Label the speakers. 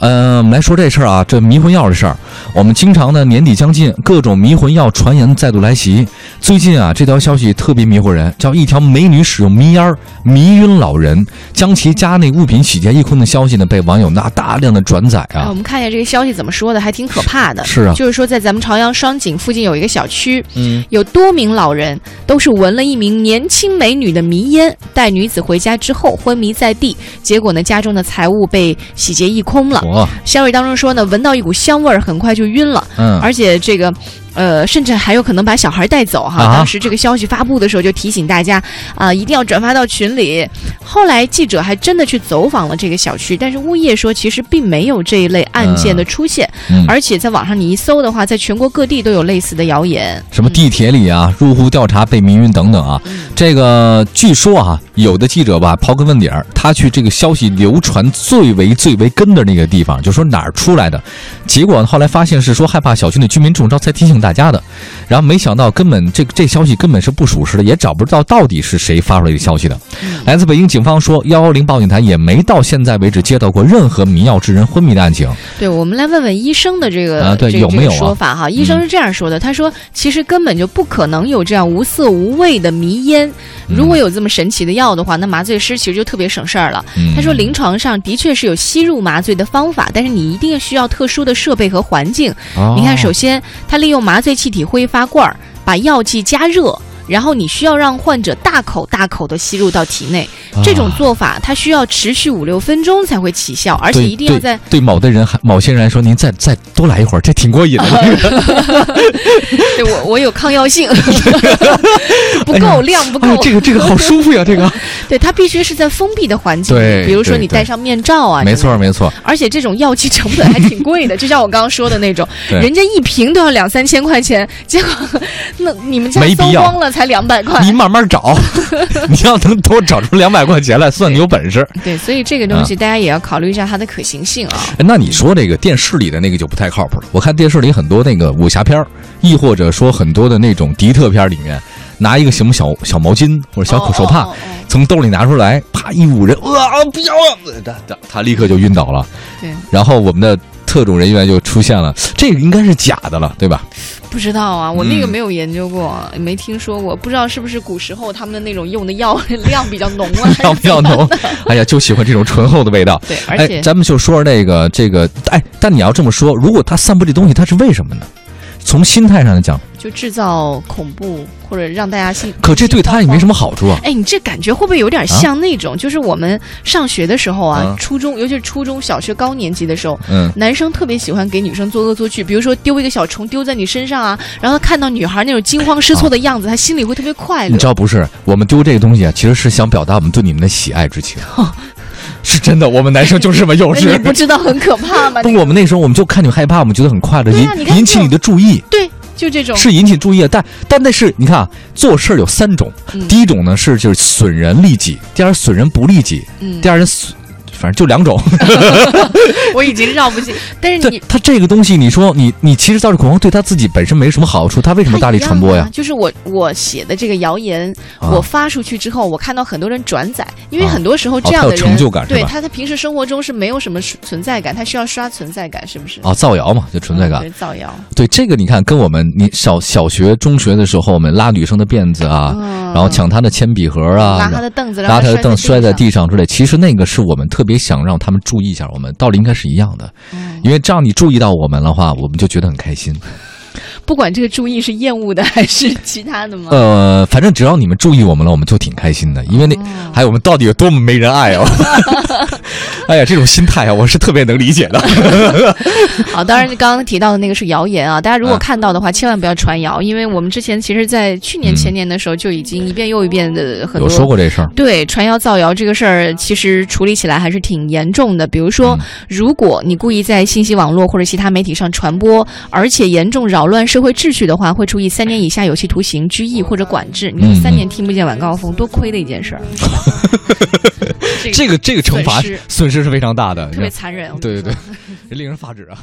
Speaker 1: 呃，我们来说这事儿啊，这迷魂药的事儿，我们经常呢年底将近，各种迷魂药传言再度来袭。最近啊，这条消息特别迷惑人，叫一条美女使用迷烟儿迷晕老人，将其家内物品洗劫一空的消息呢，被网友那大量的转载
Speaker 2: 啊，
Speaker 1: 啊
Speaker 2: 我。们看一下这个消息怎么说的，还挺可怕的。
Speaker 1: 是啊，
Speaker 2: 就是说，在咱们朝阳双井附近有一个小区，
Speaker 1: 嗯，
Speaker 2: 有多名老人都是闻了一名年轻美女的迷烟，带女子回家之后昏迷在地，结果呢，家中的财物被洗劫一空了。
Speaker 1: 我
Speaker 2: 消息当中说呢，闻到一股香味儿，很快就晕了，
Speaker 1: 嗯，
Speaker 2: 而且这个。呃，甚至还有可能把小孩带走哈。
Speaker 1: 啊
Speaker 2: 当时这个消息发布的时候，就提醒大家啊、一定要转发到群里。后来记者还真的去走访了这个小区，但是物业说其实并没有这一类案件的出现，
Speaker 1: 嗯
Speaker 2: 而且在网上你一搜的话，在全国各地都有类似的谣言。
Speaker 1: 什么地铁里啊，入户调查被迷晕等等啊。
Speaker 2: 嗯
Speaker 1: 这个据说啊，有的记者吧刨根问底儿，他去这个消息流传最为最为根的那个地方，就说哪儿出来的。结果后来发现是说害怕小区内居民中招才提醒大家的，然后没想到根本这这消息根本是不属实的，也找不到到底是谁发出来的消息的。
Speaker 2: 嗯
Speaker 1: 来自北京警方说，幺幺零报警台也没到现在为止接到过任何迷药致人昏迷的案情。
Speaker 2: 对，我们来问问医生的这个、
Speaker 1: 啊对
Speaker 2: 这
Speaker 1: 有没有啊
Speaker 2: 这个说法哈？医生是这样说的，他说其实根本就不可能有这样无色无味的迷烟。如果有这么神奇的药的话，那麻醉师其实就特别省事儿了。
Speaker 1: 嗯
Speaker 2: 他说临床上的确是有吸入麻醉的方法，但是你一定需要特殊的设备和环境。
Speaker 1: 哦嗯
Speaker 2: 你看，首先他利用麻醉气体挥发罐儿把药剂加热。然后你需要让患者大口大口的吸入到体内，
Speaker 1: 哦啊
Speaker 2: 这种做法它需要持续五六分钟才会起效，而且
Speaker 1: 对
Speaker 2: 一定要
Speaker 1: 对
Speaker 2: 在
Speaker 1: 对某的人还某些人来说，您再再多来一会儿，这挺过瘾的。
Speaker 2: 对我，我有抗药 性，不够量不够。
Speaker 1: 哎呦，这个这个好舒服呀， 这个。
Speaker 2: 对，它必须是在封闭的环境
Speaker 1: 对
Speaker 2: 里，比如说
Speaker 1: 对
Speaker 2: 你
Speaker 1: 对
Speaker 2: 戴上面罩啊，
Speaker 1: 没错
Speaker 2: 之类的。
Speaker 1: 没 错，
Speaker 2: 而且这种药剂成本还挺贵的，就像我刚刚说的那种，
Speaker 1: 对
Speaker 2: 人家一瓶都要两三千块钱，结果那你们家
Speaker 1: 没必
Speaker 2: 搜
Speaker 1: 要
Speaker 2: 光了才两百块。
Speaker 1: 你慢慢找， 你要能多找出两百块钱来，算你有本事。
Speaker 2: 对，所以这个
Speaker 1: 嗯
Speaker 2: 东西大家也要考虑一下它的可行性啊。
Speaker 1: 哎那你说这个电视里的那个就不太靠谱了。我看电视里很多那个武侠片儿，亦或者说很多的那种敌特片儿里面，拿一个什么小小毛巾或者小口手帕，
Speaker 2: 哦哦哦
Speaker 1: 从兜里拿出来，啪一捂人，啊，不要啊！他他他立刻就晕倒了。
Speaker 2: 对，
Speaker 1: 然后我们的特种人员就出现了，这个应该是假的了，对吧？
Speaker 2: 哦不知道啊，我那个
Speaker 1: 嗯
Speaker 2: 没有研究过，也没听说过，不知道是不是古时候他们的那种用的药量比较浓 啊，还
Speaker 1: 要
Speaker 2: 是
Speaker 1: 不要 浓？哎呀，就喜欢这种醇厚的味道。
Speaker 2: 对，而且、
Speaker 1: 哎，咱们就说那个这个，哎，但你要这么说，如果他散布这东西，他是为什么呢？从心态上来讲，
Speaker 2: 就制造恐怖或者让大家信。
Speaker 1: 可这对他也没什
Speaker 2: 么。
Speaker 1: 么好处啊。
Speaker 2: 哎，你这感觉会不会有点像那种，就是我们上学的时候啊，
Speaker 1: 啊
Speaker 2: 初中，尤其是初中小学高年级的时候。
Speaker 1: 嗯，
Speaker 2: 男生特别喜欢给女生做恶作剧，比如说丢一个小虫丢在你身上啊，然后他看到女孩那种惊慌失措的样子，他心里会特别快乐
Speaker 1: 你。知道不是？我们丢这个东西啊，其实是想表达我们对你们的喜爱之情。是真的，我们男生就是这么幼
Speaker 2: 哦 那哎你
Speaker 1: 稚。
Speaker 2: 不知道很可 怕吗？
Speaker 1: 不，
Speaker 2: 那
Speaker 1: 我们那时候我们就看你害怕，我们觉得很快乐，
Speaker 2: 对啊你
Speaker 1: 引
Speaker 2: 看
Speaker 1: 引起
Speaker 2: 这
Speaker 1: 你的注意。
Speaker 2: 对，就这种
Speaker 1: 是引起注意的，但但那是你看啊，做事儿有三种，
Speaker 2: 嗯
Speaker 1: 第一种呢是就是损人利己，第二损人不利己，
Speaker 2: 嗯
Speaker 1: 第，二人损，反正就两种。
Speaker 2: 我已经绕不进。但 是
Speaker 1: 对
Speaker 2: 你
Speaker 1: 他这个东西，你说你你其实造成恐慌，对他自己本身没什么好处，他为什么大力传播
Speaker 2: 它一样
Speaker 1: 呀
Speaker 2: 啊？就是我我写的这个谣言，
Speaker 1: 啊
Speaker 2: 我发出去之后，我看到很多人转载，因为
Speaker 1: 啊
Speaker 2: 很多时候这
Speaker 1: 他
Speaker 2: 样
Speaker 1: 有
Speaker 2: 的人，
Speaker 1: 成就感啊是
Speaker 2: 对
Speaker 1: 吧
Speaker 2: 他在平时生活中是没有什么存在感，他需要刷存在感，是不是？
Speaker 1: 啊，造谣嘛，就存在感。
Speaker 2: 嗯对造谣。
Speaker 1: 对这个，你看，跟我们你小小学、中学的时候，我们拉女生的辫子啊，
Speaker 2: 嗯
Speaker 1: 然后抢她的铅笔盒啊，
Speaker 2: 拉
Speaker 1: 然
Speaker 2: 他的凳子，
Speaker 1: 拉他的凳摔在
Speaker 2: 在
Speaker 1: 地上之类。其实那个是我们特别想让他们注意一下，我们道理应该是一样的，
Speaker 2: 上。嗯
Speaker 1: 因为这样你注意到我们的话，我们就觉得很开心。
Speaker 2: 不管这个注意是厌恶的还是其他 的吗？
Speaker 1: 呃，反正只要你们注意我们了，我们就挺开心的，因为那、
Speaker 2: 哦
Speaker 1: 还有我们到底有多么没人爱哦。哎呀，这种心态啊，我是特别能理解的。
Speaker 2: 好，当然刚刚提到的那个是谣言啊，大家如果
Speaker 1: 啊
Speaker 2: 看到的话，千万不要传谣，因为我们之前其实，在去年
Speaker 1: 嗯
Speaker 2: 前年的时候就已经一遍又一遍的很
Speaker 1: 有
Speaker 2: 多
Speaker 1: 说过这事儿，
Speaker 2: 对传谣造谣这个事儿，其实处理起来还是挺严重的。比如说，
Speaker 1: 嗯
Speaker 2: 如果你故意在信息网络或者其他媒体上传播，而且严重扰乱社会秩序的话，会处以三年以下有期徒刑、拘役或者管制。
Speaker 1: 嗯
Speaker 2: 你看
Speaker 1: 嗯
Speaker 2: 三年听不见晚高峰，多亏的一件事 儿。这
Speaker 1: 这个这个惩罚
Speaker 2: 损失
Speaker 1: 损失是非常大的，
Speaker 2: 特别残忍。我跟
Speaker 1: 对
Speaker 2: 你
Speaker 1: 对对
Speaker 2: 说，
Speaker 1: 令人发指啊。